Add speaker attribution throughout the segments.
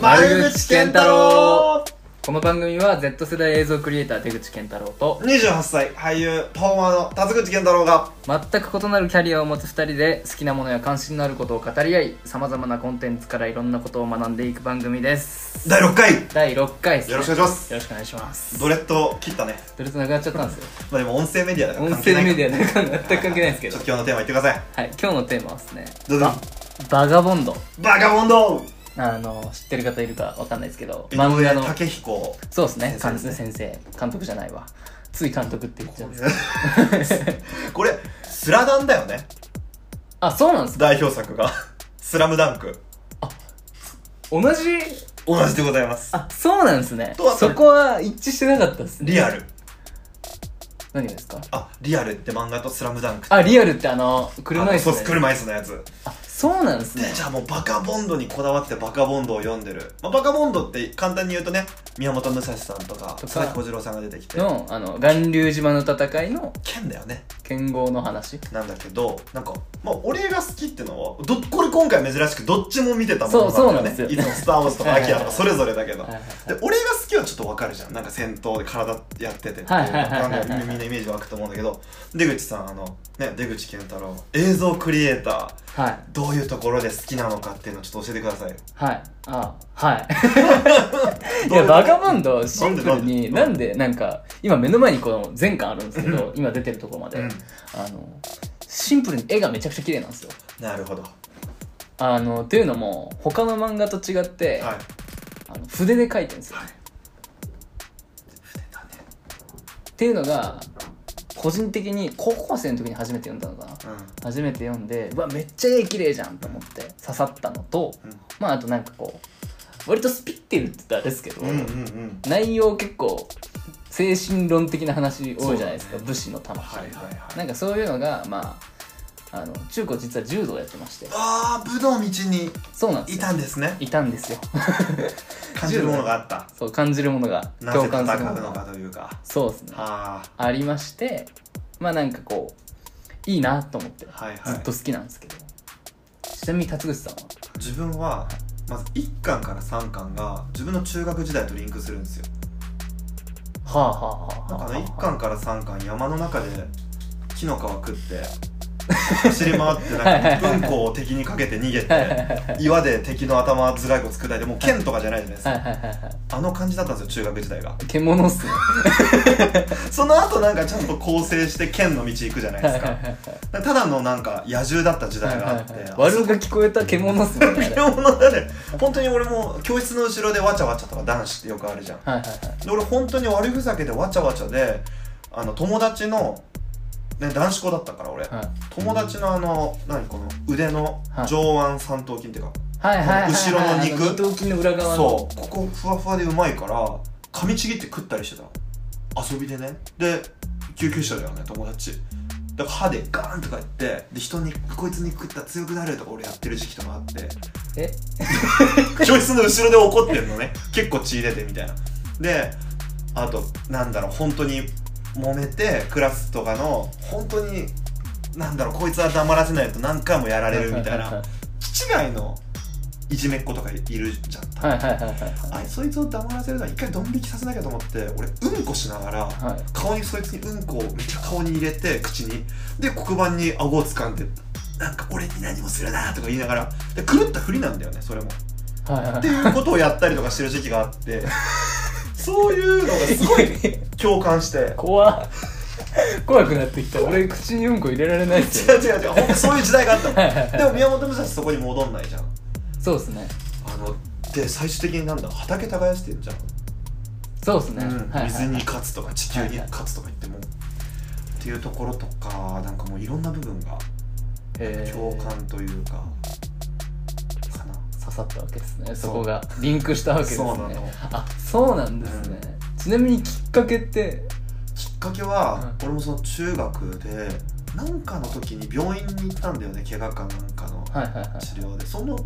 Speaker 1: 丸口健太郎
Speaker 2: この番組は Z 世代映像クリエイター出口健太郎と
Speaker 1: 28歳俳優パフォーマーの辰口健太郎が
Speaker 2: 全く異なるキャリアを持つ2人で好きなものや関心のあることを語り合いさまざまなコンテンツからいろんなことを学んでいく番組です
Speaker 1: 第6回
Speaker 2: 第6回です、ね、
Speaker 1: よろしくお願いします
Speaker 2: よろしくお願いします
Speaker 1: ドレッドを切ったね
Speaker 2: それとなくなっちゃったんですよ
Speaker 1: まあでも音声メディアだから
Speaker 2: 音
Speaker 1: 関係
Speaker 2: 声
Speaker 1: ないか
Speaker 2: メディアなんか全く関係ないですけ
Speaker 1: ち
Speaker 2: ど
Speaker 1: ょっと今日のテーマ言ってください
Speaker 2: はい今日のテーマはですね
Speaker 1: どうぞ
Speaker 2: バガボンド
Speaker 1: バガボンド
Speaker 2: あの知ってる方いるかわかんないですけど
Speaker 1: 井
Speaker 2: 漫画
Speaker 1: 上
Speaker 2: の
Speaker 1: 武彦
Speaker 2: そうですね
Speaker 1: 先生で
Speaker 2: 監
Speaker 1: すね
Speaker 2: 先生監督じゃないわつい監督って言っちゃうんです
Speaker 1: これスラダンだよね
Speaker 2: あそうなんですか
Speaker 1: 代表作が スラムダンク
Speaker 2: 同じ
Speaker 1: 同じでございます
Speaker 2: あそうなんですね
Speaker 1: とはそ
Speaker 2: そ
Speaker 1: れ
Speaker 2: こは一致してなかったですね
Speaker 1: リアル
Speaker 2: 何がですか
Speaker 1: あリアルって漫画とスラムダンク
Speaker 2: あリアルってあの車椅
Speaker 1: あの
Speaker 2: 子
Speaker 1: そう
Speaker 2: ね
Speaker 1: 車椅子のやつ
Speaker 2: あそうなんですね
Speaker 1: でじゃあもうバカボンドにこだわってバカボンドを読んでる、まあ、バカボンドって簡単に言うとね宮本武蔵さんとか
Speaker 2: とか
Speaker 1: 佐々木小次郎さんが出てきて
Speaker 2: のあの巌流島の戦いの
Speaker 1: 剣だよね
Speaker 2: 剣豪の話
Speaker 1: なんだけどなんか、まあ、俺が好きってのはどこれ今回珍しくどっちも見てたもの
Speaker 2: そうそう
Speaker 1: な
Speaker 2: なん
Speaker 1: だ
Speaker 2: んで
Speaker 1: よ
Speaker 2: す
Speaker 1: ね
Speaker 2: よ
Speaker 1: いつも「スター・ウォーズ」とか「
Speaker 2: は
Speaker 1: ア
Speaker 2: いはい
Speaker 1: キ
Speaker 2: は
Speaker 1: ラ」
Speaker 2: い
Speaker 1: とかそれぞれだけど
Speaker 2: はいはい
Speaker 1: で俺が好きはちょっとわかるじゃんなんか戦闘で体やっててっていう
Speaker 2: はいはいはいはいはい
Speaker 1: なんかみんなイメージ湧くと思うんだけど出口さんあの、ね、出口健太郎映像クリエイター
Speaker 2: はい
Speaker 1: どういうところで好きなのかっていうのをちょっと教えてくださいよ
Speaker 2: はいあはいい
Speaker 1: どうい
Speaker 2: や
Speaker 1: う
Speaker 2: バカボンドシンプルに
Speaker 1: な
Speaker 2: なんんでなんか今目の前にこの全巻あるんですけど今出てるところまで、
Speaker 1: うん
Speaker 2: あのシンプルに絵がめちゃくちゃ綺麗なんですよ
Speaker 1: なるほどは
Speaker 2: あのっていうのも他の漫画と違って、
Speaker 1: いはい
Speaker 2: あの筆で描いてるんですよ
Speaker 1: 筆だね
Speaker 2: っていうのが個人的に高校生の時に初めて読んだのかな
Speaker 1: う
Speaker 2: 初めて読んでうわめっちゃ絵綺麗じゃんと思って刺さったのと
Speaker 1: んうん
Speaker 2: まああとなんかこう割とスピってるって言ったらあれですけど、
Speaker 1: うんうんうん
Speaker 2: 内容結構精神論的な話多いじゃないです
Speaker 1: そうだ
Speaker 2: か、
Speaker 1: ね
Speaker 2: 武士の魂、
Speaker 1: はいはいはい
Speaker 2: なんかそういうのがまああの中高実は柔道やってまして
Speaker 1: ああ武道の道に
Speaker 2: そうなんです
Speaker 1: い
Speaker 2: よ
Speaker 1: たんですね
Speaker 2: いたんですよ
Speaker 1: 感じるものがあった
Speaker 2: そう感じるものが
Speaker 1: なぜ戦
Speaker 2: 共
Speaker 1: う
Speaker 2: 感するもの
Speaker 1: のか
Speaker 2: が
Speaker 1: というか
Speaker 2: そうですね
Speaker 1: あ
Speaker 2: ありましてまあなんかこういいなと思って
Speaker 1: あはいは
Speaker 2: ずっ
Speaker 1: い
Speaker 2: と好きなんですけど、ちなみに辰口さんは
Speaker 1: 自分はまず1巻から3巻が自分の中学時代とリンクするんですよ
Speaker 2: はあはあはあ
Speaker 1: なんか
Speaker 2: はあ
Speaker 1: ね1巻から3巻山の中で木の皮食って走り回ってなんか文庫を敵にかけて逃げ て岩で敵の頭頭蓋骨砕いてもう剣とかじゃないじゃないです
Speaker 2: は
Speaker 1: か
Speaker 2: いはいはいはい
Speaker 1: あの感じだったんですよ中学時代が
Speaker 2: 獣っすね
Speaker 1: その後なんかちゃんと構成して剣の道行くじゃないです
Speaker 2: はい
Speaker 1: か
Speaker 2: はい
Speaker 1: ただのなんか野獣だった時代があって、
Speaker 2: はいはいはい 悪が聞こえた獣っ すねあれはい
Speaker 1: 本物だね本当に俺も教室の後ろでわちゃわちゃとか男子ってよくあるじゃん
Speaker 2: はいはい
Speaker 1: で俺本当に悪ふざけでわちゃわちゃであの友達の、ね、男子校だったから俺、
Speaker 2: はい
Speaker 1: 友達のあの何この腕の
Speaker 2: はい
Speaker 1: 上腕三頭筋っていうか、
Speaker 2: はいはいはいはい
Speaker 1: 後ろの肉
Speaker 2: あ二頭筋の裏側の
Speaker 1: そうここふわふわでうまいから噛みちぎって食ったりしてた遊びでねで救急車だよね友達だから歯でガーンとかやってで人にこいつに食ったら強くなるとか俺やってる時期とかあって
Speaker 2: え
Speaker 1: 教室の後ろで怒ってんのね結構血出てみたいなであとなんだろう本当に揉めてクラスとかの本当になんだろうこいつは黙らせないと何回もやられるみたい
Speaker 2: は
Speaker 1: ない 気違いのいじめっ子とかいるじゃん
Speaker 2: はいはいはいはい
Speaker 1: あいそいつを黙らせるのは一回ドン引きさせなきゃと思って俺うんこしながら
Speaker 2: はい
Speaker 1: 顔にそいつにうんこをめっちゃ顔に入れて口にで黒板に顎を掴んでなんか俺に何もするなとか言いながらで狂ったふりなんだよねそれも
Speaker 2: はいはい
Speaker 1: っていうことをやったりとかしてる時期があって そういうのがすごい共感して
Speaker 2: 怖っ怖くなってきた俺口にうんこ入れられないっす
Speaker 1: 違う
Speaker 2: よ
Speaker 1: 違う違うほんとそういう時代があった
Speaker 2: はいはい
Speaker 1: のでも宮本武蔵そこに戻んないじゃん
Speaker 2: そうっすね
Speaker 1: あので最終的になんだ畑耕してんじゃん、
Speaker 2: そうっすね、
Speaker 1: うん
Speaker 2: はいはい
Speaker 1: 水に勝つとか地球に勝つとか言っても、っていうところとかなんかもういろんな部分が
Speaker 2: へ
Speaker 1: 共
Speaker 2: ー
Speaker 1: 感というか、かな
Speaker 2: 刺さったわけですね
Speaker 1: そう
Speaker 2: そこがリンクしたわけですね
Speaker 1: そうなの
Speaker 2: あそうなんですね、ちなみにきっかけって
Speaker 1: きっかけは、俺もその中学でなんかの時に病院に行ったんだよね怪我かなんかの
Speaker 2: はいはいはい
Speaker 1: 治療でその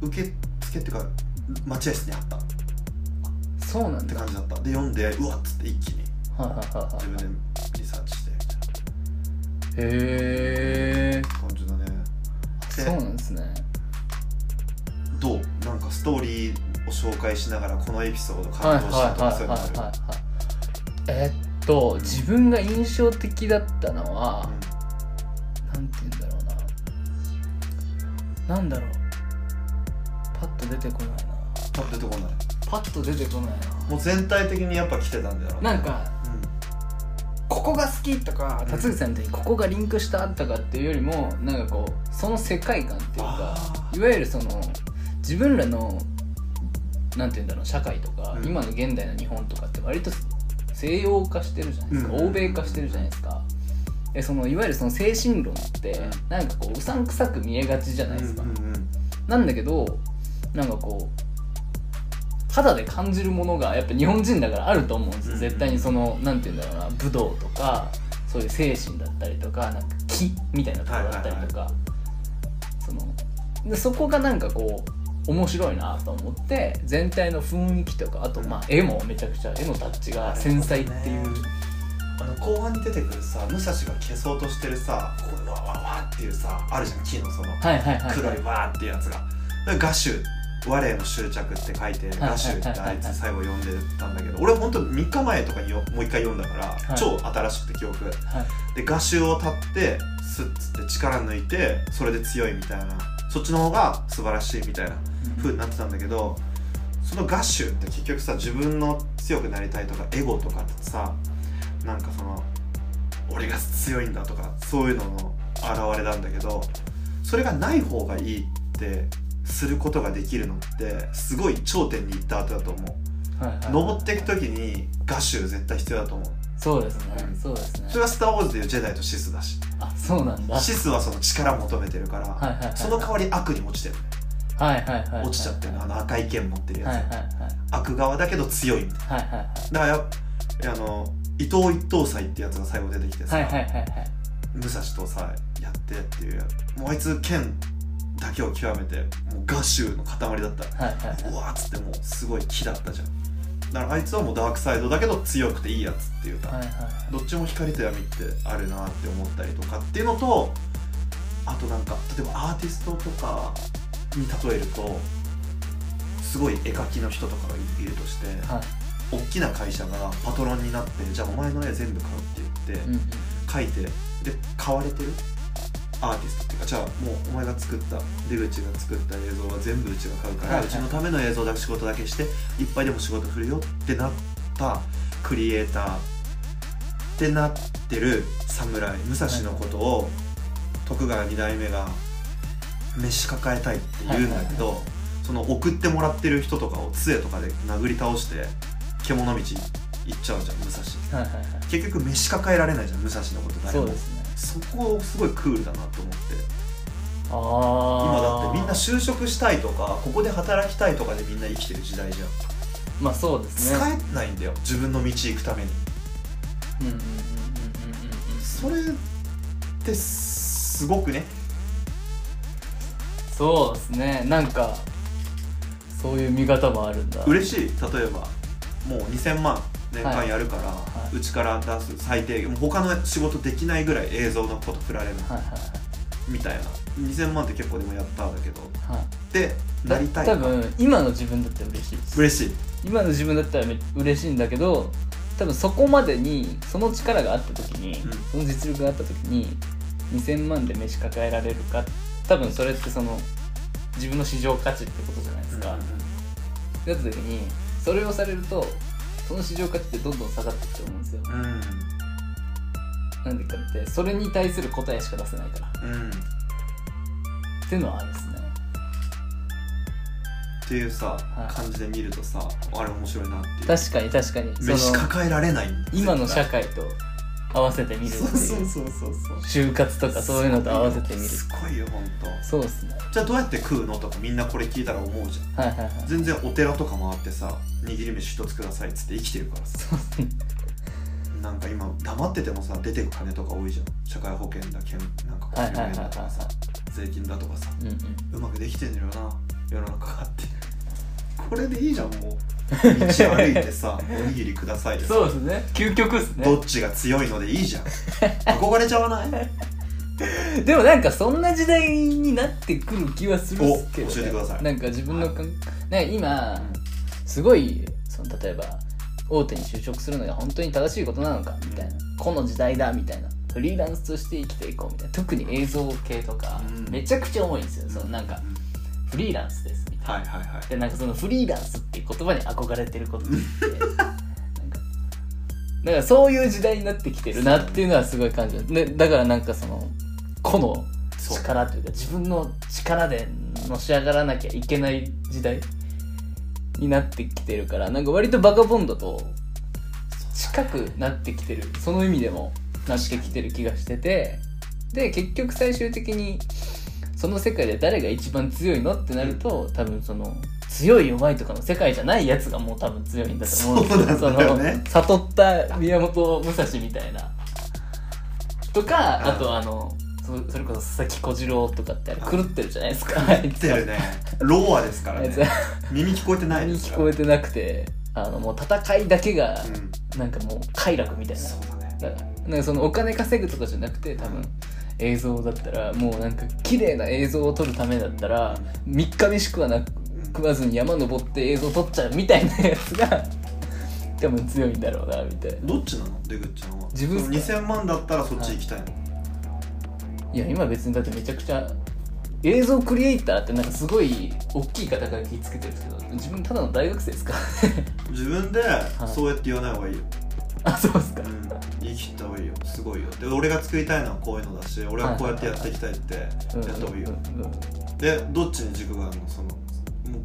Speaker 1: 受付っていうか待合室にあったっ
Speaker 2: そうなん
Speaker 1: て
Speaker 2: だは
Speaker 1: 感じだったで読んでうわっつって一気に
Speaker 2: いはいはいは
Speaker 1: 自分でリサーチしてみたい
Speaker 2: いへえ
Speaker 1: な感じだね
Speaker 2: そうなんですね
Speaker 1: どうなんかストーリーを紹紹介しながらこのエピソード
Speaker 2: は
Speaker 1: 感
Speaker 2: いはい
Speaker 1: 動
Speaker 2: はい
Speaker 1: したとか
Speaker 2: は
Speaker 1: そうい
Speaker 2: いう
Speaker 1: のある
Speaker 2: はいはいえーっと自分が印象的だったのは、なんて言うんだろうななんだろうパッと出てこないな
Speaker 1: パッと出てこない
Speaker 2: パッと出てこない
Speaker 1: もう全体的にやっぱ来てたんだよ
Speaker 2: ななんか
Speaker 1: うん
Speaker 2: ここが好きとか辰口さんみたいにここがリンクしたとかっていうよりもなんかこうその世界観っていうか
Speaker 1: あ
Speaker 2: いわゆるその自分らのなんて言うんだろう社会と
Speaker 1: う
Speaker 2: か、
Speaker 1: ん
Speaker 2: 今の現代の日本とかって割と西洋化してるじゃないですか、
Speaker 1: うん
Speaker 2: 欧米化してるじゃないですか。でそのいわゆるその精神論って
Speaker 1: うん
Speaker 2: なんかこううさんくさく見えがちじゃないですか、
Speaker 1: うんうんうん
Speaker 2: なんだけどなんかこう肌で感じるものがやっぱ日本人だからあると思うんですよ
Speaker 1: うん
Speaker 2: 絶対にそのなんて言うんだろうな武道とかそういう精神だったりとかなんか木みたいなところだったりとか、そのでそこがなんかこう面白いなと思って全体の雰囲気とかあとまあ絵もめちゃくちゃ絵のタッチが繊細っていう、
Speaker 1: あの後半に出てくるさ武蔵が消そうとしてるさこうわわわっていうさあるじゃん木のその
Speaker 2: はいはいはい
Speaker 1: 黒いわーっていうやつが「ガシュ我への執着」って書いて「
Speaker 2: はい
Speaker 1: ガシュ」ってあい
Speaker 2: はいはいはい
Speaker 1: つ最後読んでたんだけど俺ほんと3日前とかによもう一回読んだから、
Speaker 2: い
Speaker 1: 超新しくて記憶
Speaker 2: はい
Speaker 1: で画集を立ってスッつって力抜いてそれで強いみたいなそっちの方が素晴らしいみたいな風になってたんだけどそのガッシュって結局さ自分の強くなりたいとかエゴとかってさなんかその俺が強いんだとかそういうのの表れなんだけどそれがない方がいいってすることができるのってすごい頂点に行った後だと思う
Speaker 2: はいはい
Speaker 1: 登っていく時にガッシュ絶対必要だと思う
Speaker 2: そうですね
Speaker 1: うん
Speaker 2: そうですね
Speaker 1: それは「スター・ウォーズ」でいうジェダイとシスだし
Speaker 2: あそうなんだ
Speaker 1: シスはその力求めてるから、
Speaker 2: はいはいはい
Speaker 1: その代わり悪に落ちてるね
Speaker 2: はいはいはいはい
Speaker 1: 落ちちゃってるのあの赤い剣持ってるやつ、
Speaker 2: はいはいはい
Speaker 1: 悪側だけど強いみたい
Speaker 2: はいはいはい
Speaker 1: なだからやあの伊藤一等斎ってやつが最後出てきてさ、
Speaker 2: はいはいはいはい
Speaker 1: 武蔵とさやってっていうもうあいつ剣だけを極めてもうガシューの塊だった
Speaker 2: はいはいは
Speaker 1: うわーっつってもうすごい木だったじゃんだからあいつはもうダークサイドだけど強くていいやつっていうか、
Speaker 2: いはいはい
Speaker 1: どっちも光と闇ってあるなって思ったりとかっていうのとあとなんか例えばアーティストとかに例えるとすごい絵描きの人とかがいるとして、
Speaker 2: はい
Speaker 1: 大きな会社がパトロンになってじゃあお前の絵全部買うって言って、
Speaker 2: うんうん
Speaker 1: 描いてで買われてるアーティストっていうかじゃあもうお前が作った出口が作った映像は全部うちが買うから、
Speaker 2: はいはいう
Speaker 1: ちのための映像だけ仕事だけしていっぱいでも仕事振るよってなったクリエイターってなってる侍武蔵のことを徳川二代目が飯抱えたいって言うんだけど、その送ってもらってる人とかを杖とかで殴り倒して獣道行っちゃうじゃん武蔵
Speaker 2: はいはいはい
Speaker 1: 結局飯抱えられないじゃん武蔵のこと誰
Speaker 2: そ
Speaker 1: も
Speaker 2: うですね
Speaker 1: そこすごいクールだなと思って
Speaker 2: あ
Speaker 1: 今
Speaker 2: あ
Speaker 1: だってみんな就職したいとかここで働きたいとかでみんな生きてる時代じゃん
Speaker 2: まあそうですね
Speaker 1: 使えないんだよ自分の道行くために
Speaker 2: うんうんうんうんうんうん
Speaker 1: それってすごくね
Speaker 2: そうですねなんかそういう見方もあるんだ
Speaker 1: 嬉しい例えばもう2000万年間やるから、
Speaker 2: はいう
Speaker 1: ちから出す最低限もう他の仕事できないぐらい映像のこと振られる
Speaker 2: はいはい
Speaker 1: みたいな2000万って結構でもやったんだけど
Speaker 2: はいはい
Speaker 1: でなりたい
Speaker 2: 多分今の自分だったら嬉しいです
Speaker 1: 嬉しい
Speaker 2: 今の自分だったらめ嬉しいんだけど多分そこまでにその力があった時に、
Speaker 1: うん
Speaker 2: その実力があった時に2000万で飯抱えられるか多分それってその自分の市場価値ってことじゃないですか、だった時にそれをされるとその市場価値ってどんどん下がっていくと思うんですよ
Speaker 1: うん
Speaker 2: なんでかってそれに対する答えしか出せないから
Speaker 1: うん、うん
Speaker 2: っていうのはあるですね
Speaker 1: っていうさ、
Speaker 2: はい
Speaker 1: 感じで見るとさあれ面白いなっていう
Speaker 2: 確かに確かに
Speaker 1: 飯
Speaker 2: その
Speaker 1: 抱えられないんだ
Speaker 2: 今の社
Speaker 1: 絶
Speaker 2: 会と合わせてみるって
Speaker 1: 対
Speaker 2: い
Speaker 1: そうそう
Speaker 2: う
Speaker 1: そうそうそう
Speaker 2: 就活とかそういうのと合わせてみる
Speaker 1: すごいよほんと
Speaker 2: そうですね
Speaker 1: じゃあどうやって食うのとかみんなこれ聞いたら思うじゃん
Speaker 2: はいはいはい
Speaker 1: 全然お寺とか回ってさ握り飯一つくださいっつって生きてるからさ
Speaker 2: そうですね
Speaker 1: なんか今黙っててもさ出てく金とか多いじゃん社会保険だけんなんか
Speaker 2: はいはいは
Speaker 1: 保
Speaker 2: い
Speaker 1: 険だとかさ
Speaker 2: は
Speaker 1: 税金だとかさ
Speaker 2: いうんうん
Speaker 1: うまくできてんのよな世の中がってこれでいいじゃんもう道歩いて さおにぎりくださいでさ
Speaker 2: そうですね究極です
Speaker 1: ど
Speaker 2: ね
Speaker 1: っちが強いのでいい じゃん憧れちゃわない
Speaker 2: でもなんかそんな時代になってくる気はするっすけど、ね、
Speaker 1: お教えてください
Speaker 2: なんか自分の感なんか今、
Speaker 1: う
Speaker 2: すごいその例えば大手に就職するのが本当に正しいことなのかみたいな、この時代だみたいなフリーランスとして生きていこうみたいな特に映像系とか、
Speaker 1: うん
Speaker 2: めちゃくちゃ多いんですよそのなんかフリーランスですみたいな、
Speaker 1: はいはいはい
Speaker 2: でなんかそのフリーランスっていう言葉に憧れてることって なんかだからそういう時代になってきてるなっていうのはすごい感じるでだからなんかその個の
Speaker 1: そう
Speaker 2: 力というか自分の力でのし上がらなきゃいけない時代になってきてるからなんか割とバカボンドと近くなってきてるその意味でもなってきてる気がしててで結局最終的にその世界で誰が一番強いのってなると多分その強い弱いとかの世界じゃないやつがもう多分強いんだと思うんです
Speaker 1: そうなんだよね
Speaker 2: その悟った宮本武蔵みたいなとかあとあのそそれこそ佐々木小次郎とかってあれ狂ってるじゃないですかあい
Speaker 1: 来
Speaker 2: つ
Speaker 1: てるねローアですから
Speaker 2: あい
Speaker 1: ね
Speaker 2: つは
Speaker 1: 耳聞こえてない
Speaker 2: 何
Speaker 1: です
Speaker 2: 聞
Speaker 1: から
Speaker 2: こえてなくてあのもう戦いだけが
Speaker 1: うん
Speaker 2: なんかもう快楽みたいな
Speaker 1: そうだね
Speaker 2: だからなんかそのお金稼ぐとかじゃなくて多分映像だったらもうなんか綺麗な映像を撮るためだったら3日飯食わな食わずに山登って映像撮っちゃうみたいなやつが 多分強いんだろうなみたいな
Speaker 1: どっちなの出口のは
Speaker 2: 自分っす
Speaker 1: そ
Speaker 2: か
Speaker 1: の2000万だったらそっち行きたいの、
Speaker 2: いや今別にだってめちゃくちゃ映像クリエイターってなんかすごい大きい肩書きつけてるんですけど自分ただの大学生ですか
Speaker 1: 自分でそうやって言わない方がいいよ、
Speaker 2: あそうですか
Speaker 1: うん、言い切った方がいいよすごいよで俺が作りたいのはこういうのだし俺はこうやってやっていきたいってやった
Speaker 2: うん
Speaker 1: 方がいいよ
Speaker 2: うんうん
Speaker 1: でどっちに軸があるのそのも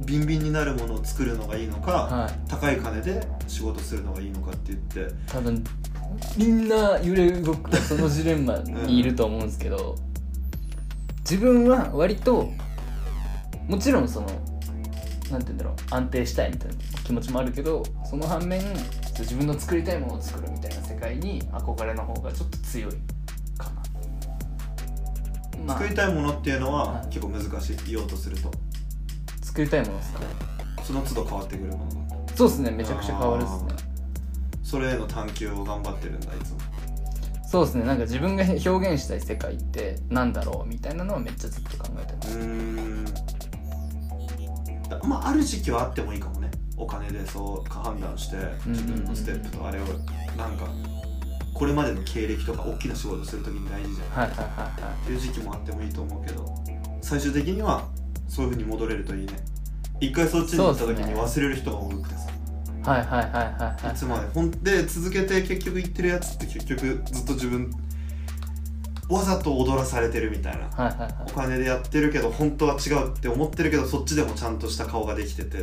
Speaker 1: うビンビンになるものを作るのがいいのか、
Speaker 2: はい
Speaker 1: 高い金で仕事するのがいいのかって言って
Speaker 2: 多分みんな揺れ動くそのジレンマにいると思うんですけど、自分は割ともちろんそのなんて言うんだろう安定したいみたいな気持ちもあるけどその反面そう自分の作りたいものを作るみたいな世界に憧れの方がちょっと強いかな、まあ
Speaker 1: 作、りたいものっていうのは
Speaker 2: はい
Speaker 1: 結構難しい言おうとすると
Speaker 2: 作りたいものですか
Speaker 1: その都度変わってくるものが
Speaker 2: そうですねめちゃくちゃ変わるっすね
Speaker 1: それへの探求を頑張ってるんだいつも
Speaker 2: そうですねなんか自分が表現したい世界ってなんだろうみたいなのはめっちゃずっと考えてます
Speaker 1: うーんだまあある時期はあってもいいかもねお金でそう判断して
Speaker 2: んうん
Speaker 1: 自分のステップとあれをなんかこれまでの経歴とか大きな仕事するときに大事じゃんっ
Speaker 2: はいはいはいはい
Speaker 1: ていう時期もあってもいいと思うけど最終的にはそういうふうに戻れるといいね一回そっちに行った時に忘れる人が多くてさ、
Speaker 2: はいはいはいはいはい
Speaker 1: いつまでほんで続けて結局行ってるやつって結局ずっと自分わざと踊らされてるみたいな
Speaker 2: はいはいはい
Speaker 1: お金でやってるけど本当は違うって思ってるけどそっちでもちゃんとした顔ができてて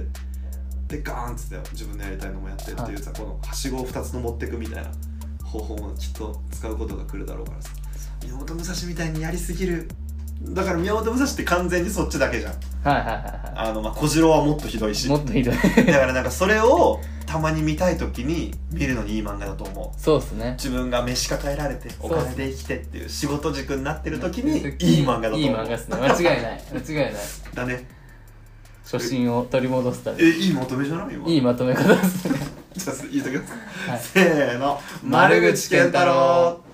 Speaker 1: でガーンっつって自分のやりたいのもやってるっていうさ、このはしごを2つの持ってくみたいな方法もきっと使うことが来るだろうからさ宮本武蔵みたいにやりすぎるだから宮本武蔵って完全にそっちだけじゃん
Speaker 2: はいはいはいは
Speaker 1: あのまあ小次郎はもっとひどい
Speaker 2: い
Speaker 1: し
Speaker 2: もっとひどい
Speaker 1: だからなんかそれをたまに見たい時に見るのにいい漫画だと思う
Speaker 2: そうですね
Speaker 1: 自分が飯抱えられてお金で生きてっていう仕事軸になってる時にいい漫画だと思う
Speaker 2: いい漫画ですね間違いない間 違いない
Speaker 1: だね
Speaker 2: 初心を取り戻すため
Speaker 1: えいいまとめじゃない今
Speaker 2: いいまとめ方ですね
Speaker 1: じゃあ言いときます、
Speaker 2: はい
Speaker 1: せーの
Speaker 2: 丸口健太郎